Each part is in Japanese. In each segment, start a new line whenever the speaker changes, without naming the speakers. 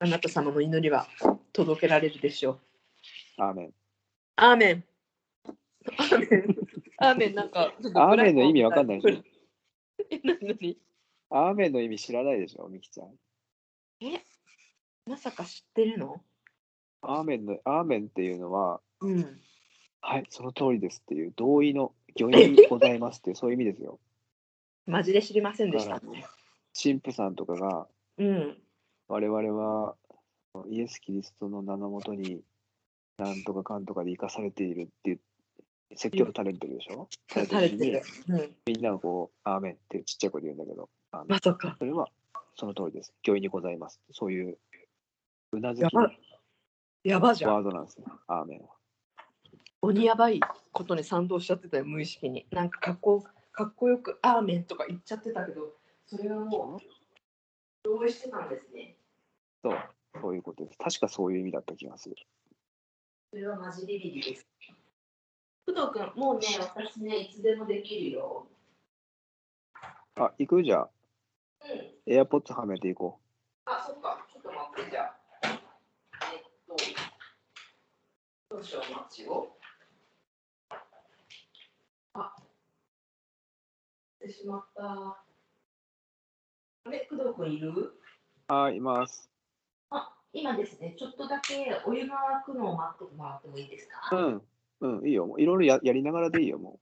あなた様の祈りは届けられるでしょう。
アーメン。
アーメン。アーメン。アーメンなんか。
アーメンの意味わかんないでしょ。
え、なに
アーメンの意味知らないでしょ、ミキちゃん。
まさか知ってるの
アーメンの、アーメンっていうのは、
うん。
はい、その通りですっていう同意の余韻にございますっていう、そういう意味ですよ。
マジで知りませんでし
だ
た
か。ら神父さんとかが、
うん。
我々はイエス・キリストの名のもとに、なんとかかんとかで生かされているっていう、説教されてるでしょ
垂れてる。うん。
みんながこう、アーメンってちっちゃい声で言うんだけど、あの
まさか。
それはその通りです。教員にございます。そういう、うなず
や
きの
ば
ワ。
やばじゃん。
ードなんですよ。アーメンは。
鬼やばいことに賛同しちゃってたよ、無意識に。なんかかっこかっこよくアーメンとか言っちゃってたけど、それはもう同意してたんですね。
そう、そういうことです。確かそういう意味だった気がする。
それはマジリリリです。工藤君、もうね、私ね、いつでもできるよ。
あ、行くじゃあ、
うん。
エアポッ s はめていこ
あ、そっか。ちょっと待って、じゃあ。えっと、少々お待ちを。あ、行ってしまった。あれ、工藤君いる
う。はい、います。
あ、今ですね、ちょっとだけお湯が沸くのを待ってもらってもいいです
う
か
ん、うん、いいよ。もういろいろややりながらでいいよ、もう。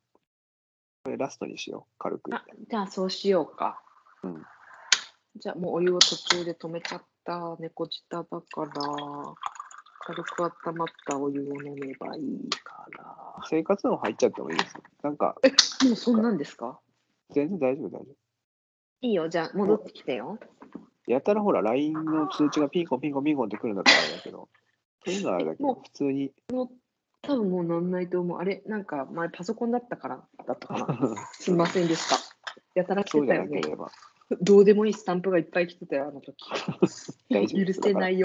これラストにしよう、軽く。
じゃあそうしようか。
うん
じゃあもうお湯を途中で止めちゃった猫舌だから、軽く温まったお湯を飲めばいいから。
生活音入っちゃってもいいですよ。なんか、
もうそんなんですか
全然大丈夫、大丈夫。
いいよ、じゃあ戻ってきてよ。
やたらほら、LINE の通知がピンコンピンコンピンコンってくるんだからあれだけど、そういうのはあれだけど、
も
普通に。
多分もうなんないと思う。あれなんか前パソコンだったからだったかな。 すみませんでした。やたら来
そう
て
じ
た
ゃ
よ
なけ
ね。
れば。
どうでもいいスタンプがいっぱい来てたよ、あの時。
大丈 夫
許せないよ。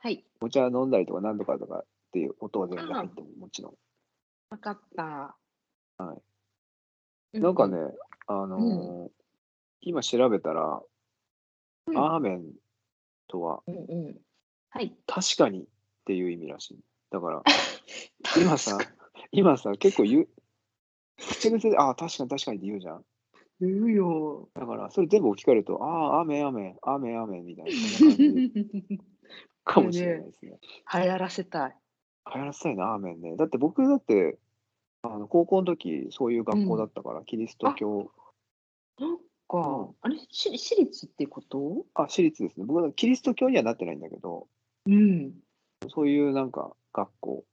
はい、
お茶飲んだりとか何とかとかっていう音は全然入ってももちろん。
わかった。は。
はいなんかね、あのー今調べたら、
うん
アーメンとは
うんうん。はい。
確かにっていう意味らしい。だ から、今さ、今さ、結構言う、口癖で、ああ、確かに確かにって言うじゃん。
言うよ。
だから、それ全部置き換えると、ああ、アーメン、アーメン、アーメン、アーメンみたいなそんな感じかもしれないです ね。
流行らせたい。
流行らせたいな、アーメンね。だって僕だって、あの高校の時、そういう学校だったから、キリスト教、
なんか、あれ、し私立ってこと
あ私立ですね。僕はキリスト教にはなってないんだけど、
うん。
そういうなんか学校、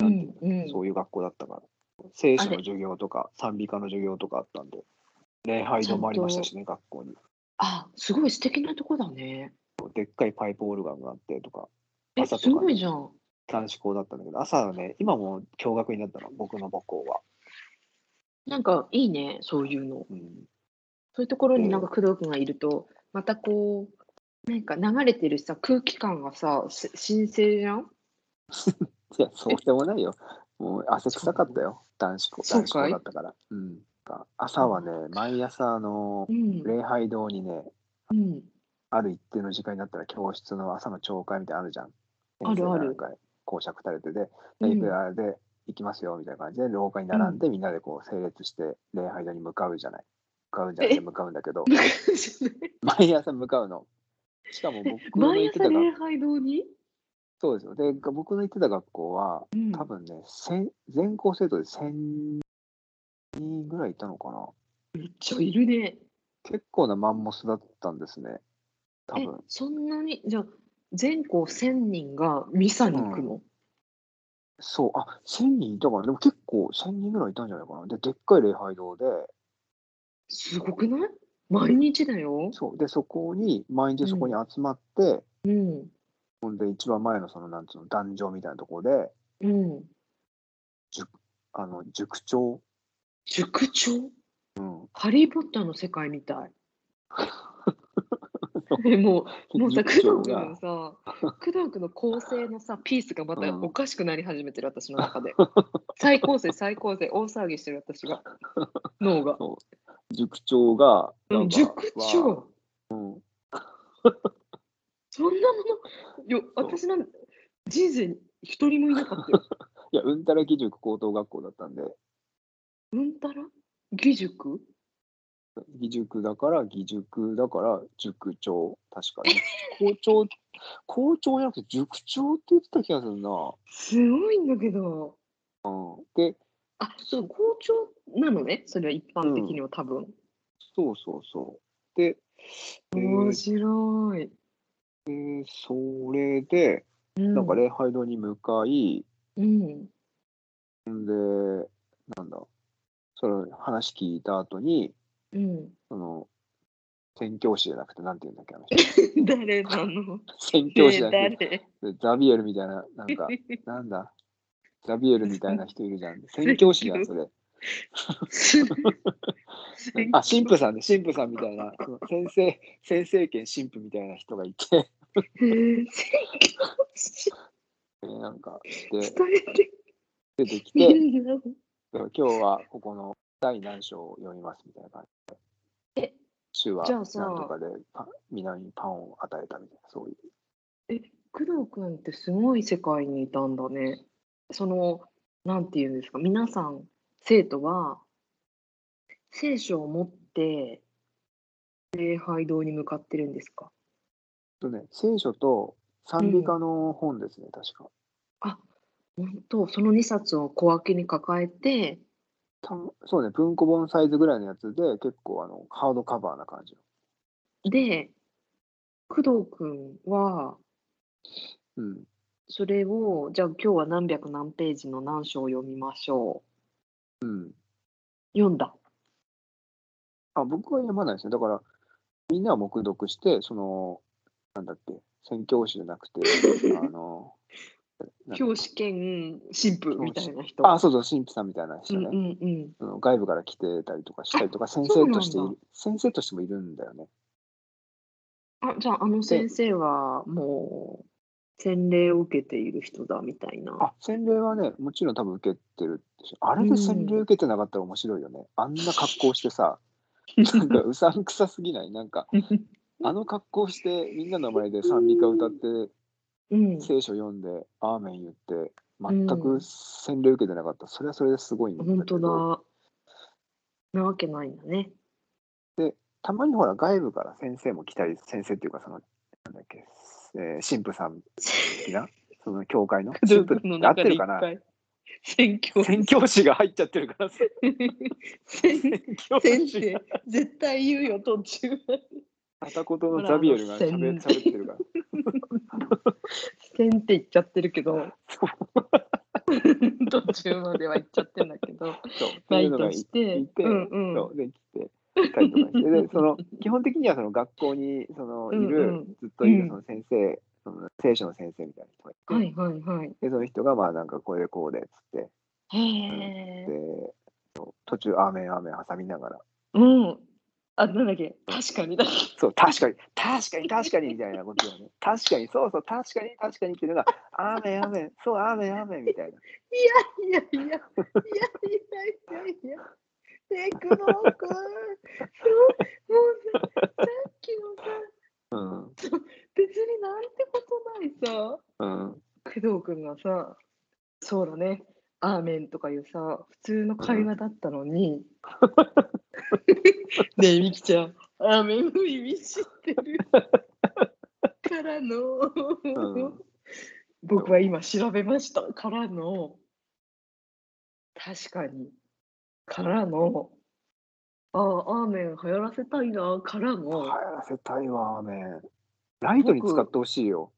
うん、うん。
そういう学校だったから、聖書の授業とか、賛美歌の授業とかあったんで、礼拝堂もありましたしね、学校に。
あ、すごい素敵なとこだね。
でっかいパイプオルガンがあってとか、
え、
朝とか
すごいじゃん。
男子校だったんだけど、朝はね、今も共学になったの、僕の母校は。
なんかいいね、そういうの。
うん
そういうところになんか工藤君がいると、またこう、なんか流れてるさ、空気感がさ、し神聖じゃん
いや、そうでもないよ。もう汗臭かったよ。男子校、
そう
男子
か
校
い
だったから。うん。朝はね、毎朝、あの
う、ん。
礼拝堂にね、
うん。
ある一定の時間になったら教室の朝の朝会みたいなのあるじゃん。
あるある
先生がなんか講釈垂れてで、
うん
いくらで行きますよみたいな感じで、廊下に並んでみんなでこう整列して礼拝堂に向かうじゃない。向かうじゃな
え
い向かうんだけど、 毎朝向かうの。しかも僕の
毎
行って
朝
た
礼
学
拝堂に
そうですよ。で、僕の行ってた学校は、
うん。
多分ね、千全校生徒で1000人ぐらいいたのかな。
めっちゃいるね。
結構なマンモスだったんですね。多
え
分、
そんなに、じゃあ、全校1000人がミサに行くの、
そう、あ1000人いたかな。でも結構1000人ぐらいいたんじゃないかな。で、でっかい礼拝堂で、
すごくない毎日だよ。
そう、で、そこに、毎日そこに集まって、
うん。
ほんで、一番前のその、なんつうの、壇上みたいなところで、
うん。
あの、塾長、
塾長
うん、
ハリー・ポッターの世界み たい。えもう、もうさ、
塾
工
長
藤君のさ、工藤君の構成のさ、ピースがまた
うん
おかしくなり始めてる、私の 中で。再構成、再構成、大騒ぎしてる、私が。脳が。
塾長が、
う
なん
ん、
か
塾
わ
長そんなもの、よ私なん人生に一人もいなかったよ。
いや、うんたら義塾高等学校だったんで、
うんたら義塾
義塾だから、義塾だから、塾長、確か に。校長、校長じゃなくて、塾長って言ってた気がするな。
すごいんだけど。
で、
あ、そう、校長なのね。それは一般的には多分。
そうそうそう。で、えー
面白い。
それで、
な
なんか、礼拝堂に向かい、
うん。
その話聞いた後に、
うん。
その、宣教師じゃなくて、なんて言うんだっけ、あの人
誰なの
宣 教師じゃなくて、 ザビエルみたいな、な んか、なんだ、ザビエルみたいな人いるじゃん。宣教師じゃん、それ。あ、神父さんで、神父さんみたいな、その先生、先生兼神父みたいな人がいて、
宣教師
でなんか、
伝
で、
えて
出てき
み
て、
るな。
今日はここの第何章を読みますみたいな感じで。主は
じゃ
な
あ
ん
さ
とかでパ皆にパンを与えたみたいな、そういう。
え、工藤君ってすごい世界にいたんだね。その、なんていうんですか、皆さん、生徒は、聖書を持って、礼拝堂に向かってるんですか
とね、聖書と賛美歌の本ですね、確か。
本当、その2冊を小分けに抱えて、
たそうね、文庫本サイズぐらいのやつで、結構あのハードカバーな感じ。
で、工藤君は、
うん。
それを、じゃあ今日は何百何ページの何章を読みましょ
うん、
う。読んだ。
あ僕は読まないですね。だから、みんなは黙読して、その、なんだっけ、宣教師じゃなく て、あの、なんだ
教師兼神父みたいな人。
あ、そうそう、神父さんみたいな人
う
ね。
んうんうん。
その外部から来てたりとかしたりとか、先
そうな
生
んだ
としている、先生としてもいるんだよね。
あ、じゃあ、あの先生はもう洗礼を受けている人だみたいな。
あ、洗礼はね、もちろん多分受けてるでしょ。あれで洗礼受けてなかったら面白いよね。あんな格好し てさ、なんかうさんくさすぎない。なんか、あの格好して、みんなの前で賛美歌歌って、
うん、
聖書読んで、アーメン言って、全く洗礼受けてなかった。それはそれですごいんだけど。
本当だ。なわけないんだね。
たまにほら、外部から先生も来たり、先生っていうか、その、なんだっけ、えー神父さん的な、その教 会の、神父って合ってるかな。
選挙。
宣教師が入っちゃってるから、宣
先
教師
生、絶対言うよ、途中。
片言のザビエルがしゃべ
ほらあの宣
喋ってるから。
先って言っちゃってるけど、
そう
途中までは言っちゃってんだけど。
そう。って
バ
い
イ
うの
ト
が
し
い
て、
いて、
うんうん。
そうできて。たりとかしてで その基本的にはその学校にそのいる、
うんうん
ずっというる
ん
その先生、その聖書の先生みたいな人がいて、
はいはいはい。
でその人がまあなんかこれでこうでっつって
へえ。
でそう途中アーメンアーメン挟みながら
うん。あ、なんだっけ、確かにだっけ。
そう、確かに、確かに、確かに、みたいなことだね。確かに、そうそう、確かに、確かにっていうのが、アーメン、アーメン、そう、アーメン、アーメン、みたいな。
いやいやいやいやいやいや。テクノー君、そう、もうさ、さっきのさ、
うん、
別になんてことないさ、
うん、
工藤君がさ、そうだね、アーメンとかいうさ、普通の会話だったのに、ねえ、みきちゃん、アーメン耳知ってるからの、
うん。
僕は今調べましたからの確かにからのああアーメン流行らせたいなから
流行
の
らせたいわ、アーメン。ライトに使ってほしいよ。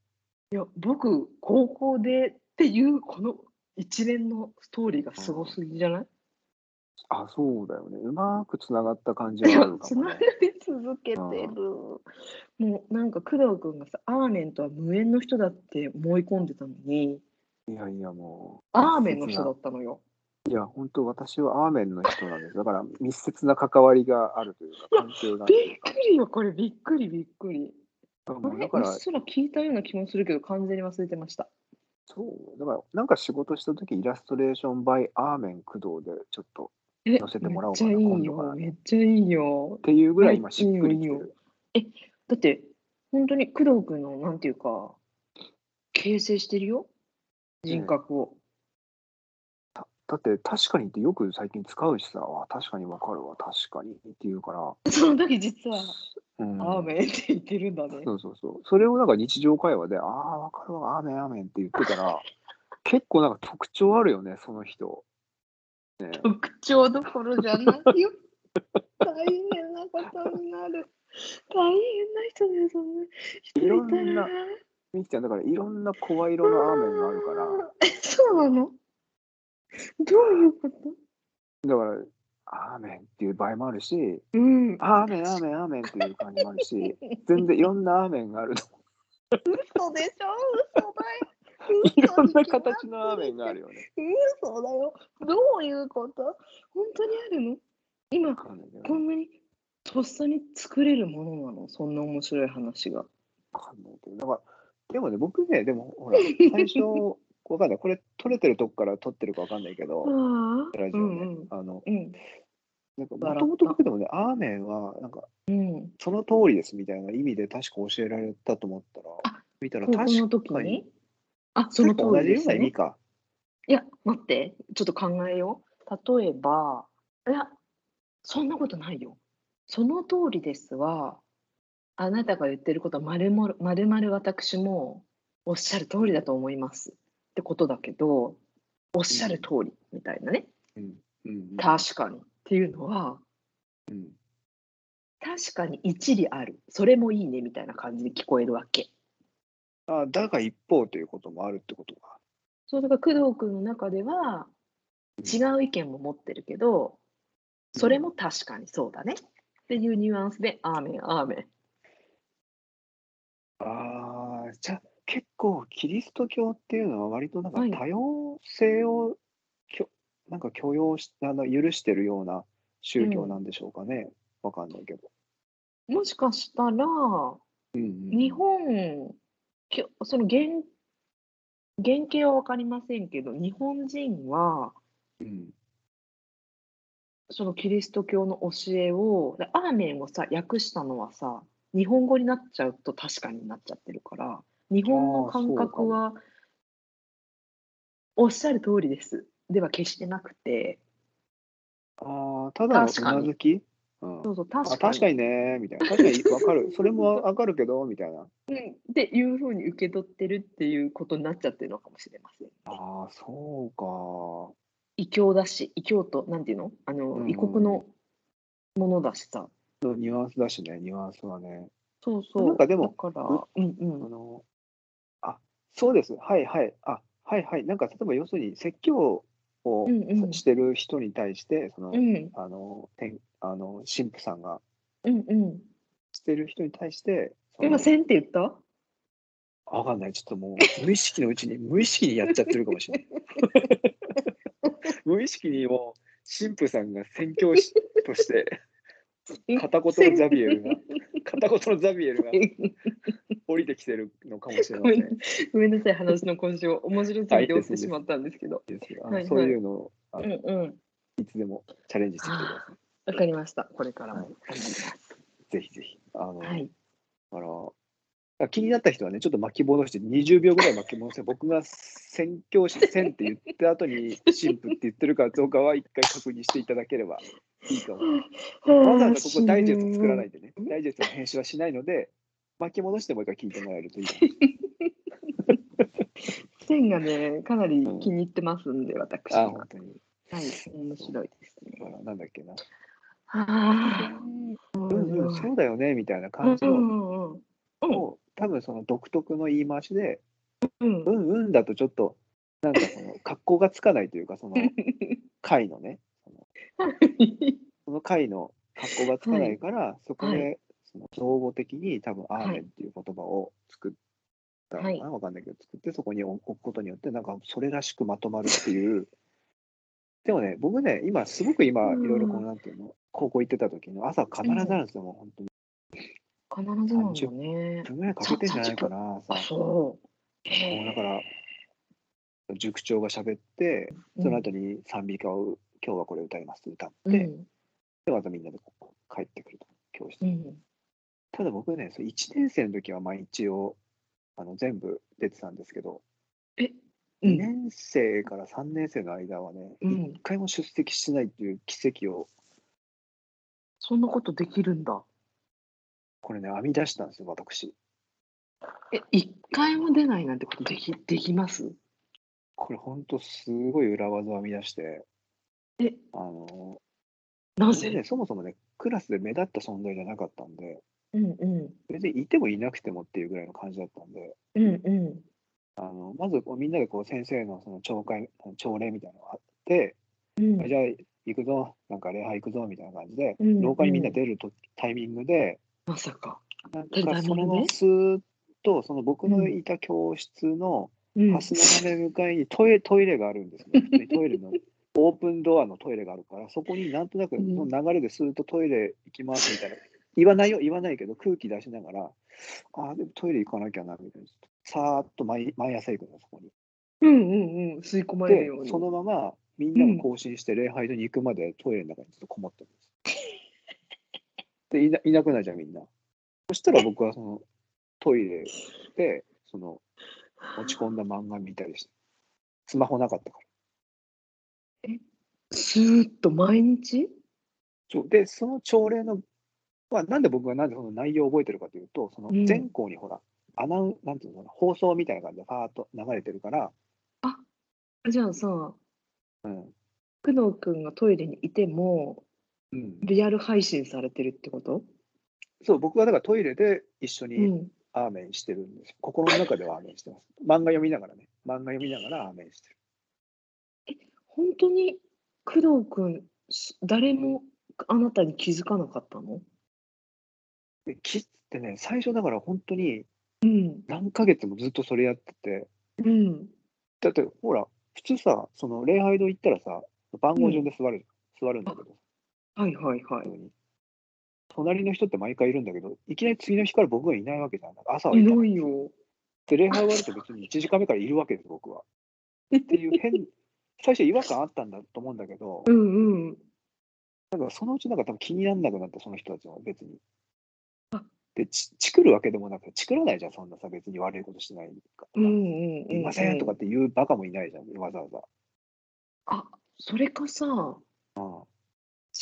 いや僕高校でっていうこの一連のストーリーがすごすぎじゃない
あ、そうだよね。うまくつながった感じ
い
はあ
や
るか
つ
も
なが
ね。
り続けてるもうなんか工藤君がさアーメンとは無縁の人だって思い込んでたのに
いやいや、もう。
アーメンの人だったのよ
いや、本当私はアーメンの人なんです。だから、密接な関わりがあるというか、関係があ
び
る。
っくりよこれびっくりびっくりあ
もう
れ
だから
うっ、すら聞いたような気もするけど完全に忘れてました。
そう、だから、なんか仕事したとき、イラストレーション by アーメン工藤で、ちょっと
え
載せてもらおうか
めっち
な
ゃいい
今度から
よ、めっちゃいいよ
っ。ていうぐらい今しっくりきて
いいよいいよ
る。
だって本当に工藤君のなんていうか形成してるよ人格を、
だって確かにってよく最近使うしさ、あ確かにわかるわ、確かにって言うから。
その時実は
うん
「アーメン」って言ってるんだね、
そうそうそう。それをなんか日常会話で、ああ、わかるわ、アーメン、アーメンって言ってたら、結構なんか特徴あるよね、その人。
特徴どころじゃないよ大変なことになる大変な人でそんな人いたら
いろんなみきちゃん、だからいろんな声色のアーメンがあるから、
え そうなのどういうこと
アーメンっていう場合もあるし、
うん
アーメン、アーメン、アーメンっていう感じもあるし、全然いろんなアーメンがあるの。
嘘でしょ嘘だよ
いろんな形のアーメンがあるよね。
嘘だよどういうこと本当にあるの
わかんないけど
こんなにとっさに作れるものなのそんな面白い話が
わかんないけど、だから、でもね、僕ね、でもほら、最初、わかんない、これ、撮れてるとこから撮ってるかわかんないけ
あ
ど、
あ
ラジ
う
オね、
ん
あの、
うん
なんか、も
笑った
ともと僕でもね、アーメンは、なんか、
うん
その通りですみたいな意味で確か教えられたと思ったら、見たら
高校の
確
時
かに
に、あその
なんか
通
同
り
じ
で
よう
す
な意味
ね
か。
いや待ってちょっと考えよう例えばいやそんなことないよその通りですはあなたが言ってることはまるもまるまる私もおっしゃる通りだと思いますってことだけどおっしゃる通りみたいなね、
うん
確かにっていうのは
うん
確かに一理あるそれもいいねみたいな感じで聞こえるわけ
あだが一方ということもあるってことか。
そうだから工藤君の中では違う意見も持ってるけどそれも確かにそうだねっていうニュアンスで「アーメンアーメン
ああ、じゃあ結構キリスト教っていうのは割となんか
はい
多様性をきょなんか許容しあの許してるような宗教なんでしょうかね。わかんないけど。」
もしかしたら
うんうん
日本きょその原原型は分かりませんけど日本人は
うん
そのキリスト教の教えをでアーメンをさ訳したのはさ日本語になっちゃうと確かになっちゃってるから日本の
あーそ
感
うか
覚はおっしゃる通りですでは決してなくて
ああ、ただの
確かに
うなずきうん
そうそう
あ
確かに
確かにね、みたいな。確かにわかる。それもわかるけど、みたいな。
っていうふうに受け取ってるっていうことになっちゃってるのかもしれません
ああ、そ
異教だし異教となんていうのあ
う
の
ん
異国のものだしさ、
うか。のニュアンスだしね、ニュアンスはね。
そうそう
なんかでも
だからうん
あ
うん
の、あ、そうです。はいはい。あ、はいはい。なんか例えば要するに説教を
うんうん
してる人に対して、その、
うん
あの、てんあの神父さんが
うんうん
してる人に対して、その
今「せん」って言った
わかんない。ちょっともう無意識のうちに、無意識にやっちゃってるかもしれない。 無意識にもう神父さんが宣教師として、 片言のザビエルが、片言のザビエルが降りてきてるのかもしれません。
ごめんなさい、話の今週を面白すぎて
は
落
い
ちてしまったんですけど。
ですよあ
はいは
の
い
そういうのをあ
う
の
んうん。
いつでもチャレンジしてみてくださ
わかりました。これからも
はい
頑張ります。
い。ぜひぜひ。あの、
はい。
だから、あ気になった人はね、ちょっと巻き戻して、20秒ぐらい巻き戻して、 僕が宣教師せんって言った後に、神父って言ってるかどうかは一回確認していただければいいと思います。わざわざここダイジェスト作らないでね、ダイジェストの編集はしないので、巻き戻してもう一回聞いてもらえるといいかな
線がね、かなり気に入ってますんで、私
あ、
は。
本当に。
はい、面白いですね
だか。らなんだっけな。
は
うんうん、そうだよね、みたいな
あ。うんう
感じの
んうん。
を、多分その独特の言い回しで、
うん
う。んうんだとちょっと、なんかその、格好がつかないというか、 その、回のね、その回の格好がつかないから、そこ
は
で、その造語的に多分、アー
は
メ
い
ンっていう言葉を作ったのか
はい
な、わかんないけど、作ってそこに置くことによって、なんか、それらしくまとまるっていう。でもね、僕ね、今、すごく今、
うん
いろいろこう、なんていうの、高校行ってた時の朝必ずあるんですよ、もう本当に。
必ずなんだね。
10ぐらいかけてんじゃないかな、さ
あ、。そう。
もうだ
へ
から、塾長が喋って、
え
その後に賛美歌を、今日はこれ歌いますって歌っ
う
て、
ん
で、またみんなでこう帰ってくると、教室
う
に。
ん。
ただ僕ね、そ1年生の時はまあ一応あの全部出てたんですけど、
う
2
ん、
年生から3年生の間はね、
う
一
ん
1回も出席してないっていう奇跡を、
そんなことできるんだ。
これね、編み出したんですよ、私。
え、一回も出ないなんてことできできます
これ本当すごい裏技を編み出して、
え
あの
な
僕
ぜ
ね、そもそもね、クラスで目立った存在じゃなかったんで、
うんう
別にいてもいなくてもっていうぐらいの感じだったんで、
ん。うんう
あのまずこうみんなでこう先生のその朝会、朝礼みたいなのがあって、
ん。うん
じゃあ行くぞ、なんか礼拝行くぞみたいな感じで、
うん
廊下にみんな
うん
出るとタイミングで、
まさか。
なん
出るタ
か
イミングで
そのスーッと、その僕
う
の
ん
いた教室の
うん
蓮の斜め向かいにトイレトイレがあるんですね。 でトイレのオープンドアのトイレがあるから、そこになんとなく
うん
その流れでスーッとトイレ行きますみたいな。言わないよ、言わないけど、空気出しながら、ああ、でもトイレ行かなきゃな、みたいな。さーっと毎毎朝行くの、そこに。
うんうんうん。吸い込まれる
で
よう、に。
そのままみんなが更新して礼拝所に行くまでトイレの中にずっとこもってるんです。でいな、いなくなるじゃん、みんな。そしたら僕はそのトイレで、その持ち込んだ漫画見たりして、スマホなかったから。
スーッと毎日
そうで、その朝礼の、まあ、なんで僕がなんでその内容を覚えてるかというと、その
うん
全校にほら、アナウンなんていうのかな、放送みたいな感じでパーッと流れてるから、
じゃあさ、
うん。
工藤くんがトイレにいても、
うん、
リアル配信されてるってこと
そう、僕はだからトイレで一緒に、
うん。
アーメンしてるんです。心の中ではアーメンしてます。漫画読みながらね。漫画読みながらアーメンしてる。
本当に工藤くん、す誰もあなたに気づかなかったの
で、キッズってね、最初だから本当に
うん。
何ヶ月もずっとそれやってて、
うん。
だってほら、普通さ、その礼拝堂行ったらさ、番号順で座る、座るんだけど、
はいはいはい
普通。に。隣の人って毎回いるんだけど、いきなり次の日から僕がいないわけじゃん。朝はいいた
ないよ。
で、礼拝終わると別に1時間目からいるわけです、僕は。っていう変、最初違和感あったんだと思うんだけど、
うんうん。
なんかそのうちなんか多分気にならなくなった、その人たちは別に。で、ち、チクるわけでもなくて、チクらないじゃん、そんなさ、別に悪いことしてないか
う
ら。
んうんうん、うん。
いませんとかって言うバカもいないじゃん、わざわざ。
あ、それかさ、
うん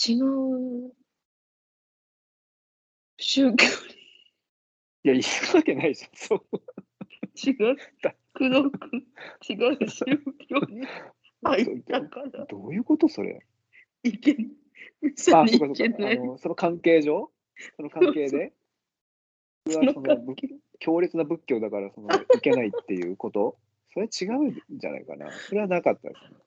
違う宗教
いや、言うわけないじゃん、そう。
に違った、くどく違う宗教 に入ったから、
どういうことそ れ。
いけん、
あ、
嘘
そう
に
か
いけ
そうか。
な
あ
い。
の、その関係上その関係でう
そ
わ
の
その
関
仏
係
強烈な仏教だから、その、いけないっていうことそれ違うんじゃないかな。それはなかったですね。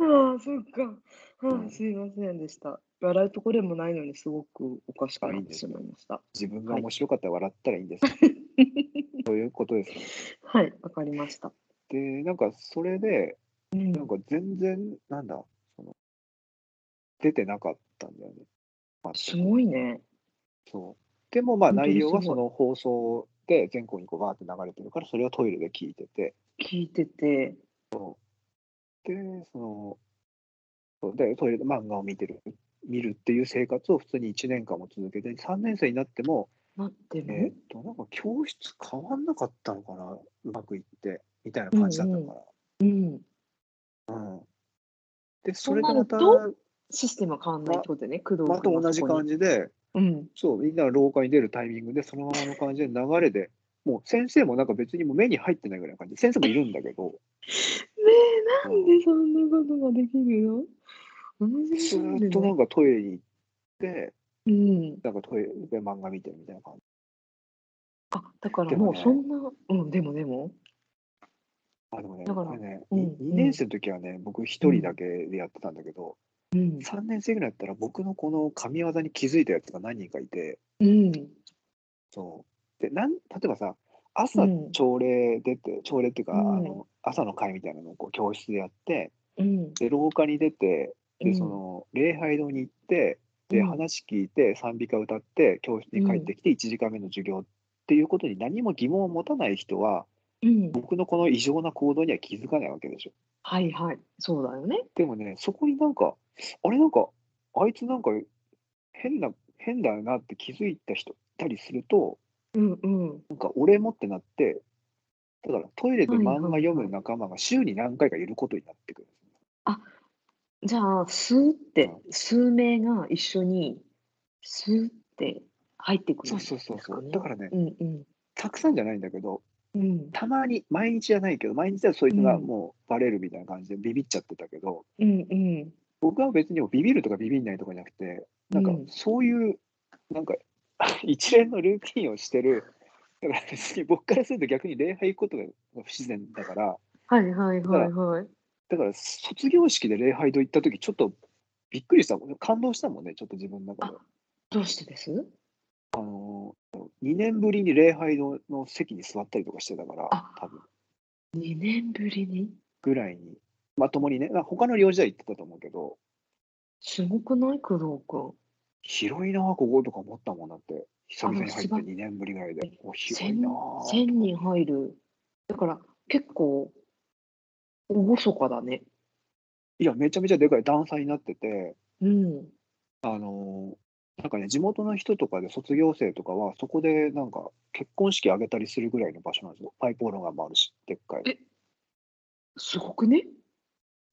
ああ、そっか。
う
ああ、
ん
すいませんでした。笑うところでもないのに、すごくおかしく
あい
ないっ
んで
て
す
しまいました。
自分が
はい
面白かったら笑ったらいいんです。 そういうことですね。
はい、わかりました。
で、なんかそれで、
うん
なんか全然、なんだ、その、出てなかったんだよね。まあ、
すごいね。
そう。でもまあ
本当に
内容は
すご
そ
い
の放送で全校にこうバーって流れてるから、それをトイレで聞いてて、
聞いてて。
で、その、そうで、トイレで漫画を見てる、見るっていう生活を普通に1年間も続けて、3年生になっても、
なっても、
えーっと、なんか教室変わんなかったのかな、うまくいって、みたいな感じだったから。
うん。
うんで、そ
そう
れ
な
が
る
また、
とシステムは変わんないってことでね、工藤
また同じ感
じ。
じで、
うん。
そう、みんなが廊下に出るタイミングで、そのままの感じで流れで、もう先生もなんか別にもう目に入ってないぐらいの感じで、先生もいるんだけど、
ねえ、なん でそんなことができるの面
ず
白い
ー
ね
っとなんかトイレに行って、
うん。
なんかトイレで漫画見てるみたいな感じ。
あ、だから
でも
もう
ね
そんな、うん、でもでも。
あ、でもね、
だから
これね、
うん
に
うん
2年生の時はね、僕一人だけでやってたんだけど、
うん。
3年生ぐらいだったら僕のこの神業に気づいたやつが何人かいて、
うん。
そう。で、なん例えばさ、朝
うん
朝礼出て、朝礼っていうか、
うん
あの朝の会みたいなのをこう教室でやって、
うん。
で、廊下に出て、
う
で、
ん
その、礼拝堂に行って、で、
うん
話聞いて、賛美歌歌って、教室に帰ってきて、1時間目の授業っていうことに何も疑問を持たない人は、
うん。
僕のこの異常な行動には気づかないわけでしょ。
はいはい。そうだよね。
でもね、そこになんか、あれなんか、あいつなんか、変な、変だよなって気づいた人ったりすると、
うんうん。
なんか俺もってなって、だからトイレで
はいはい
漫画読む仲間が週に何回かいることになってくるんですね。
じゃあ、スーって
う、
数名が一緒に、スーって入ってくるんですか、ね。
そうそうそうそうだからね
うんうん。
たくさんじゃないんだけど、
うん
たまに、毎日じゃないけど、毎日はそういうのが
うん
もうバレるみたいな感じでビビっちゃってたけど、
うんうん。
僕は別にもうビビるとかビビんないとかじゃなくて、なんか
うん
そういう、なんか 一連のルーティンをしてる、だから別に僕からすると逆に礼拝行くことが不自然だから、
はいはいはいはい。
だから卒業式で礼拝堂行った時ちょっとびっくりしたもんね感動したもんねちょっと自分の中で
どうしてです
2年ぶりに礼拝堂の席に座ったりとかしてたから
あ
多分
?2 年ぶりに
ぐらいにまともにねまあ他の領事は行ってたと思うけど
すごくない工藤君。
広いなあこことか思ったもんだって久々に入って
あの芝
2年ぶりぐらいでお広い
千
な
千人入る。だから結構、厳かだね。
いやめちゃめちゃでかい段差になってて
うん。
あのーなんかね地元の人とかで卒業生とかはそこでなんか結婚式あげたりするぐらいの場所なんですよパイプオルガンもあるしでっかい
えすごくね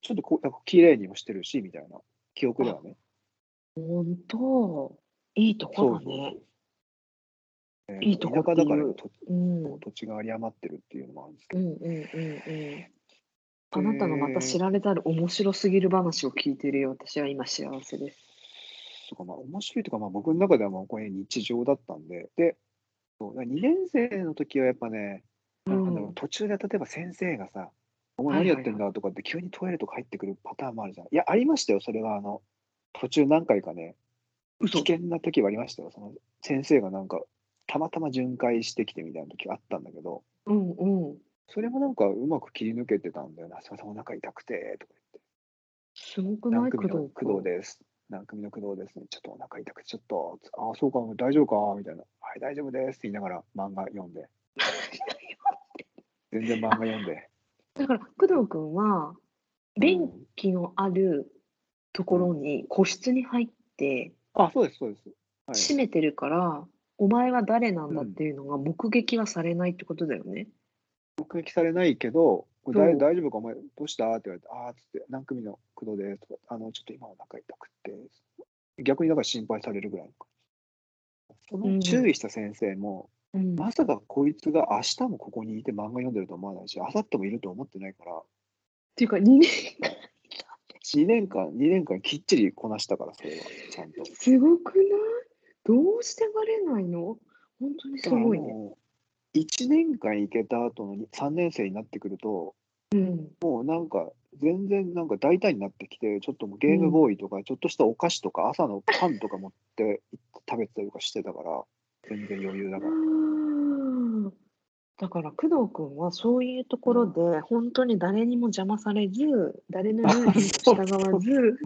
ちょっとこう、なんか綺麗にもしてるし、みたいな、記憶ではね。
本当いいとこだね。いいとこ
田舎
ってい
だ
う
から土
うん。うん
土地が有り余ってるっていうのもあるんですけ
う
ど、
んうんうん。あなたのまた知られざる面白すぎる話を聞いてるよ。私は今幸せです。
とか、まあ、面白いというか、まあ、僕の中ではもうこれ日常だったんで、で、そう2年生の時はやっぱね、なんだろう途中で例えば先生がさ、お前何やってんだとかって急にトイレとか入ってくるパターンもあるじゃん。いや、ありましたよ、それは。あの、途中何回かね、危
嘘
険な時はありましたよ。その先生がなんか、たまたま巡回してきてみたいな時があったんだけど、
うんうん。
それもなんかうまく切り抜けてたんだよな。すいません、お腹痛くて、とか
すごく
言
な
って。何
い工
組
藤
の
君
工藤です。何組の工藤ですね。ちょっとお腹痛くて、ちょっと、ああ、そうか、大丈夫か、みたいな。はい、大丈夫ですって言いながら漫画読んで。全然漫画読ん で。
だから工藤君は便器のあるところに個室に入って
あ、そうです、そうです。はい
閉めてるから、お前は誰なんだっていうのが目撃はされないってことだよね。
目撃されないけど、これ
そう
大大丈夫か、お前、どうしたって言われて、ああ、つって、何組の工藤ですとか、あの、ちょっと今お腹痛くて。逆になんか心配されるぐらいの感じ。その注意した先生も、
うん
まさかこいつが明日もここにいて漫画読んでると思わないし、明後日もいると思ってないから、
っていうか2年
2年間、2年間きっちりこなしたから、それは、ちゃんと。
すごくないどうしてバレないの本当にすごいね。
1年間行けた後の3年生になってくると、
うん、
もうなんか、全然なんか大胆になってきて、ちょっともうゲームボーイとか、ちょっとしたお菓子とか、朝のパンとか持って行って食べてたりとかしてたから、全然余裕だから。
あーだから工藤君はそういうところで本当に誰にも邪魔されず誰のルール にも従わず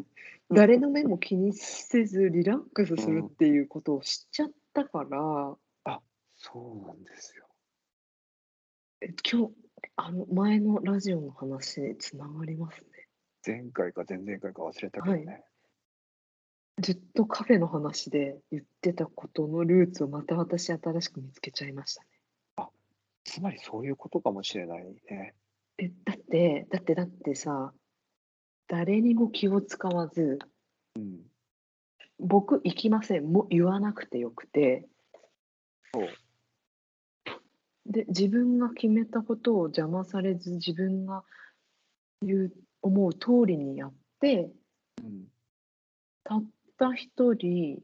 誰の目も気にせずリラックスするっていうことを知っちゃったから
そうなんですよ。
え今日あの前のラジオの話につながりますね。
前回か前々回か忘れたけどね。
はずっとカフェの話で言ってたことのルーツをまた私新しく見つけちゃいましたね。
つまりそういうことかもしれないね。
え、だって、だって、だってさ、誰にも気を使わず、
うん。
僕行きません、もう言わなくてよくて、
そう。
で、自分が決めたことを邪魔されず、自分が言う、思う通りにやって、
うん
たった一人、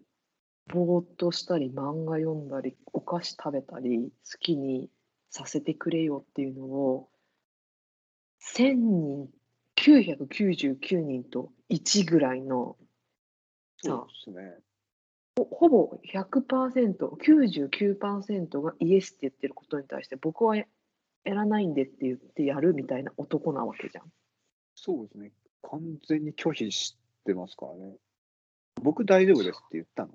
ぼーっとしたり、漫画読んだり、お菓子食べたり、好きにさせてくれよっていうのを、1000人、999人と1ぐらいの、
そうですね。
ほぼ 100%99% がイエスって言ってることに対して僕はややらないんでって言ってやるみたいな男なわけじゃん。
そうですね。完全に拒否してますからね。僕大丈夫ですって言ったの。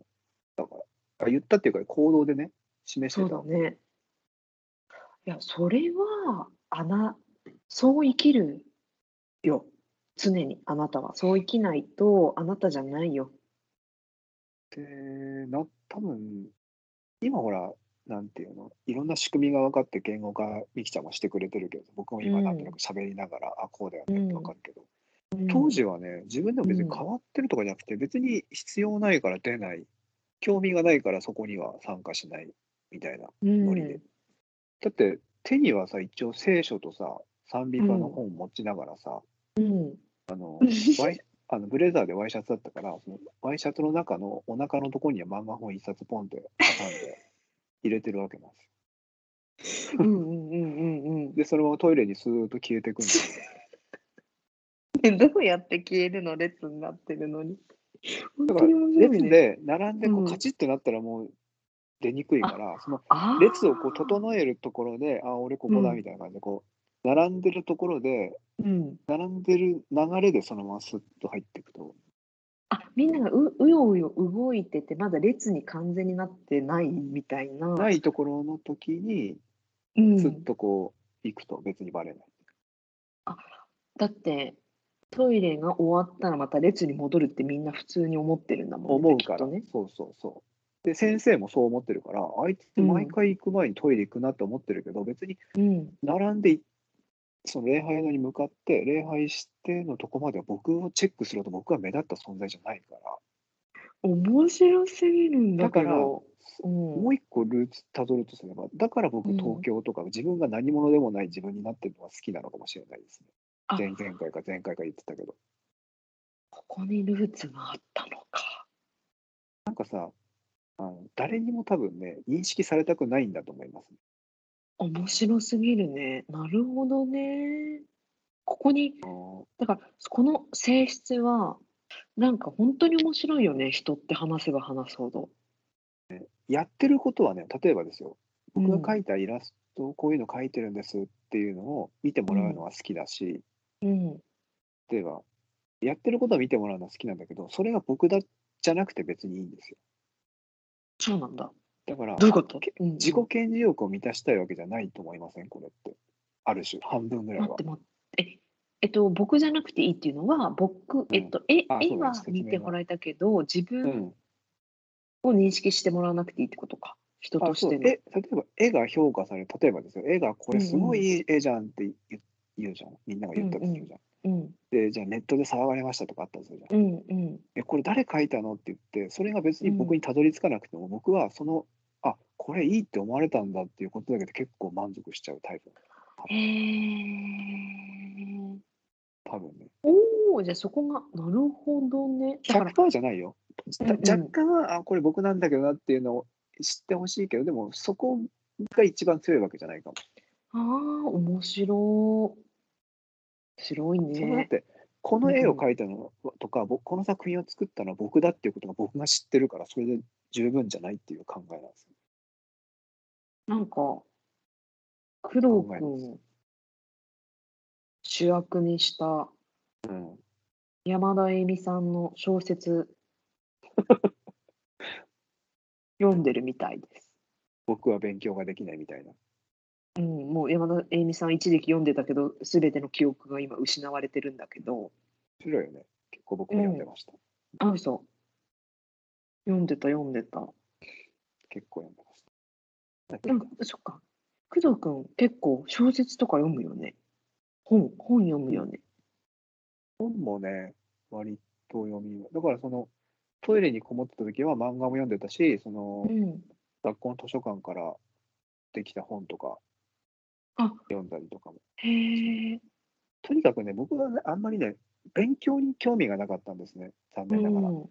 だから、あ言ったっていうか、行動でね、示して
そう
た
だ。ね。いやそれはあなそう生きるよ常にあなたはそう生きないとあなたじゃないよ。
で、な、多分今ほら、なんていうの、いろんな仕組みが分かって言語化、みきちゃんもしてくれてるけど、僕も今なんとなく喋りながら、あ、こうだよねって分かるけど、当時はね、自分でも別に変わってるとかじゃなくて、別に必要ないから出ない、興味がないからそこには参加しないみたいな。ノリでだって、手にはさ、一応聖書とさ、賛美歌の本持ちながらさ、
うん
あの
うん、
ワイあのブレザーでワイシャツだったから、そのワイシャツの中のお腹のところには漫画本一冊ポンって挟んで 入れてるわけなんですよ。
うんうんうんうんうん
で、そのままトイレにスーッと消えてくんですよ。
で どうやって消えるの列になってるのに。本
だ
当
から
に面白い
列
ね。
で並んでこ
うん
うカチッてなったらもう出にくいから、その
あー
列をこう整えるところで、あ、俺ここだ
うん
みたいな感じで、こう、並んでるところで、
うん、
並んでる流れでそのままスッと入っていくと、
あみんながううようよ動いててまだ列に完全になってないみたいな。
ないところの時に、
うん
スッとこう行くと別にバレない。
だってトイレが終わったらまた列に戻るってみんな普通に思ってるんだもんね。
思うから、
きっとね、
そうそうそう。で先生もそう思ってるからあいつ
うん
毎回行く前にトイレ行くなって思ってるけど、別に
うん
並んでいその礼拝のに向かって礼拝してのとこまでは僕をチェックすると僕は目立った存在じゃないから
面白すぎるんだけど。
だから
うん、
もう一個ルーツたどるとすればだから僕
うん
東京とか自分が何者でもない自分になってるのは好きなのかもしれないですね。
あ
前々回か前回か言ってたけど
ここにルーツがあったのか。
なんかさあの誰にも多分ね認識されたくないんだと思います。
面白すぎるね。なるほどね。ここに
あー
だからこの性質はなんか本当に面白いよね人って話せば話すほど。
やってることはね例えばですよ
う
僕
ん
が描いたイラスト、こういうの描いてるんですっていうのを見てもらうのは好きだし、
うん
例えばやってることは見てもらうのは好きなんだけどそれが僕だじゃなくて別にいいんですよ
そうなんだ。
だから
どういうこと
け
うん
自己顕示欲を満たしたいわけじゃないと思いませんこれってある種半分ぐらい
待っ
は
て待って。ええっと、僕じゃなくていいっていうのは僕、えっと絵
あ
絵
そうなん
は
です
見てもらいたけど自
う
分
ん、
を認識してもらわなくていいってことか人
あ
とし
そう
て
え
の。
例えば絵が評価される例えばですよ絵がこれすごいいい絵じゃんって言言うじゃんみんなが言ったりするじゃ
うん
ん、でじゃあネットで騒がれましたとかあったりするじゃん
うんうん
えこれ誰書いたのって言ってそれが別に僕にたどり着かなくても、僕はそのあこれいいって思われたんだっていうことだけで結構満足しちゃうタイプ
へえ。
多分ね
おおじゃあそこがなるほどね。だから
100%じゃないよ、
うん
た
うん
若干はあこれ僕なんだけどなっていうのを知ってほしいけどでもそこが一番強いわけじゃないかも、
ああ面白い。白い
そのだっ
ね。
てこの絵を描いたのとか、僕この作品を作ったのは僕だっていうことが僕が知ってるからそれで十分じゃないっていう考えなんですよ
なんか、工藤
考えます
君、主役にした山田恵美さんの小 説、読んでるみたいです。
僕は勉強ができないみたいな
うん、もう山田恵美さん一時期読んでたけど、すべての記憶が今失われてるんだけど、
面白いよね結構僕も読んでました、
あ、嘘。読んでた、読んでた。
結構読んでました
なんか、そっか。工藤君、結構小説とか読むよね。本、本読むよね。
本もね、割と読み、だからそのトイレにこもってた時は漫画も読んでたし、その
うん。
学校の図書館からできた本とか
あ
読んだりとかも。
へえ。
とにかくね、僕はねあんまりね、勉強に興味がなかったんですね、残
う
念ながら。
ん、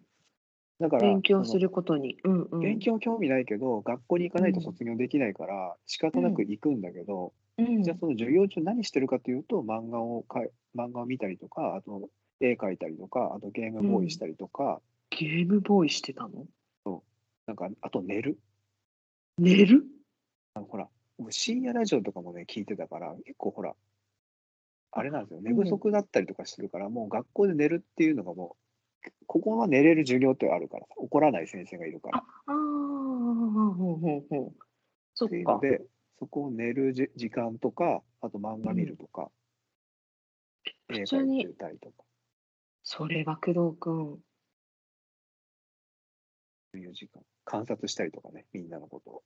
だから、
勉強す
その
ることに。うんうん、
勉強興味ないけど、学校に行かないと
うん
卒業できないから、仕方なく行くんだけど、
うん
じゃあその授業中何してるかというと、漫画をかい漫画を見たりとか、あと絵描いたりとか、あとゲームボーイしたりとか、
ゲームボーイしてたの
なんかあと寝る。
寝る
僕深夜ラジオとかもね、聞いてたから、結構ほら、あれなんですよ、寝
うん
不足だったりとかするから、もう学校で寝るっていうのがもう、ここは寝れる授業ってあるからさ、怒らない先生がいるから。
ああ、ほうほうほう。そっ
っていう
か
の。で、そこを寝るじ時間とか、あと漫画見るとか、映
普
画
通に
見てたりとか。
それは工藤君。
24時間観察したりとかね、みんなのことを。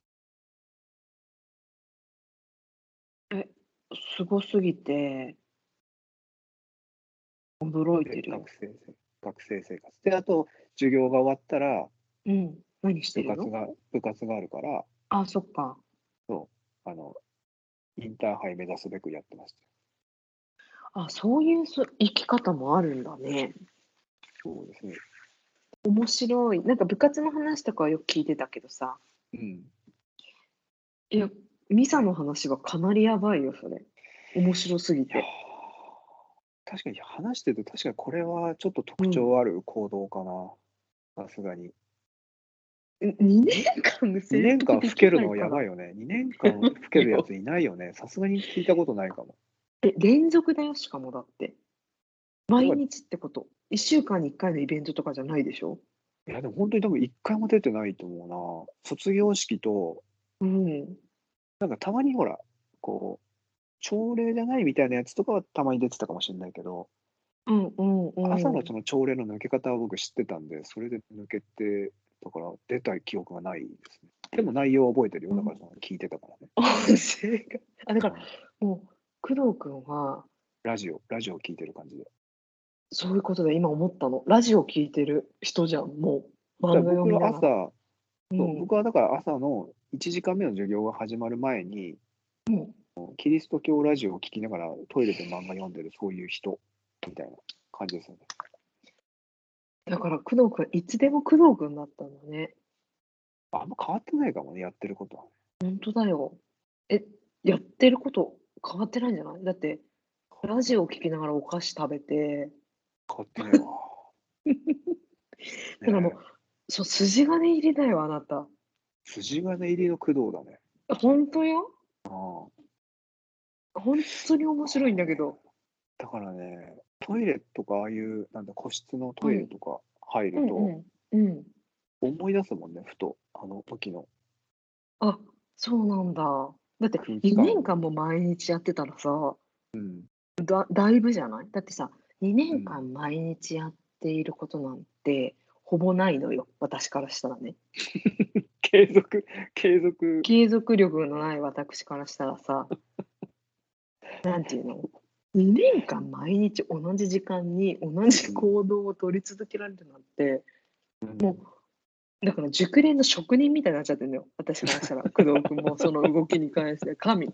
すごすぎて、驚いて
で
るよ
学。生生学生生活。で、あと、授業が終わったら、
うん。何して
部
る
活
の
が、部活があるから、
あ、そっか。
あの、インターハイ目指すべくやってました。
あ、そういうそ生き方もあるんだね。
そうですね。
面白い。なんか部活の話とかはよく聞いてたけどさ、
うん。
いや、ミサの話はかなりやばいよ、それ。面白すぎ
いやー
て。
確かに話してると確かにこれはちょっと特徴ある行動かな、さすが に
2年間無
2年間老けるのはやば
い。
いよね2年間老けるやついないよ ねさすがに聞いたことないかも
え、連続だよ、しかもだって。毎日ってこと。1週間に1回のイベントとかじゃないでしょ
いやでも本当に多分1回も出てないと思うな卒業式と
うん。
なんかたまにほらこう朝礼じゃないみたいなやつとかはたまに出てたかもしれないけど、
うんうんうん。
朝のその朝礼の抜け方は僕知ってたんでそれで抜けてだから出た記憶がないですねでも内容は覚えてるよだからその聞いてたからね、
音声があ、だから、もう、工藤君は、
ラジオ、ラジオ聞いてる感じで。
そういうことで今思ったの。ラジオ聞いてる人じゃん、もう。
だから
番組を
僕
見な
は
がら。
朝、
う、
そうん僕はだから朝の1時間目の授業が始まる前に、
うん
キリスト教ラジオを聞きながらトイレで漫画読んでるそういう人みたいな感じですよね。
だから工藤君、いつでも工藤君だったんだね。
あんま変わってないかもね、やってることは。
本当だよ。え、やってること変わってないんじゃないだって、ラジオを聞きながらお菓子食べて、
変わってない わ。
だからもう
ね
そう、筋金入りだよ、あなた。
え筋金入りの工藤だね。
本当よ
ああ
本当に面白いんだけど。
だからね、トイレとかああいう、なんだ、個室のトイレとか入
う
る
ん
と、
うん。うん。
思い出すもんね、ふと。あの時の。
あ、そうなんだ。だって、
空気
2
感
年間も毎日やってたらさ、
うん。
だだいぶじゃないだってさ2
う
年
ん
間毎日やっていることなんてほぼないのよ私からしたらね
継続、継続。
継続力のない私からしたらさなんていうの2年間毎日同じ時間に同じ行動を取り続けられるなんて
もう
だから熟練の職人みたいになっちゃってるのよ私からしたら工藤君もその動きに関して 神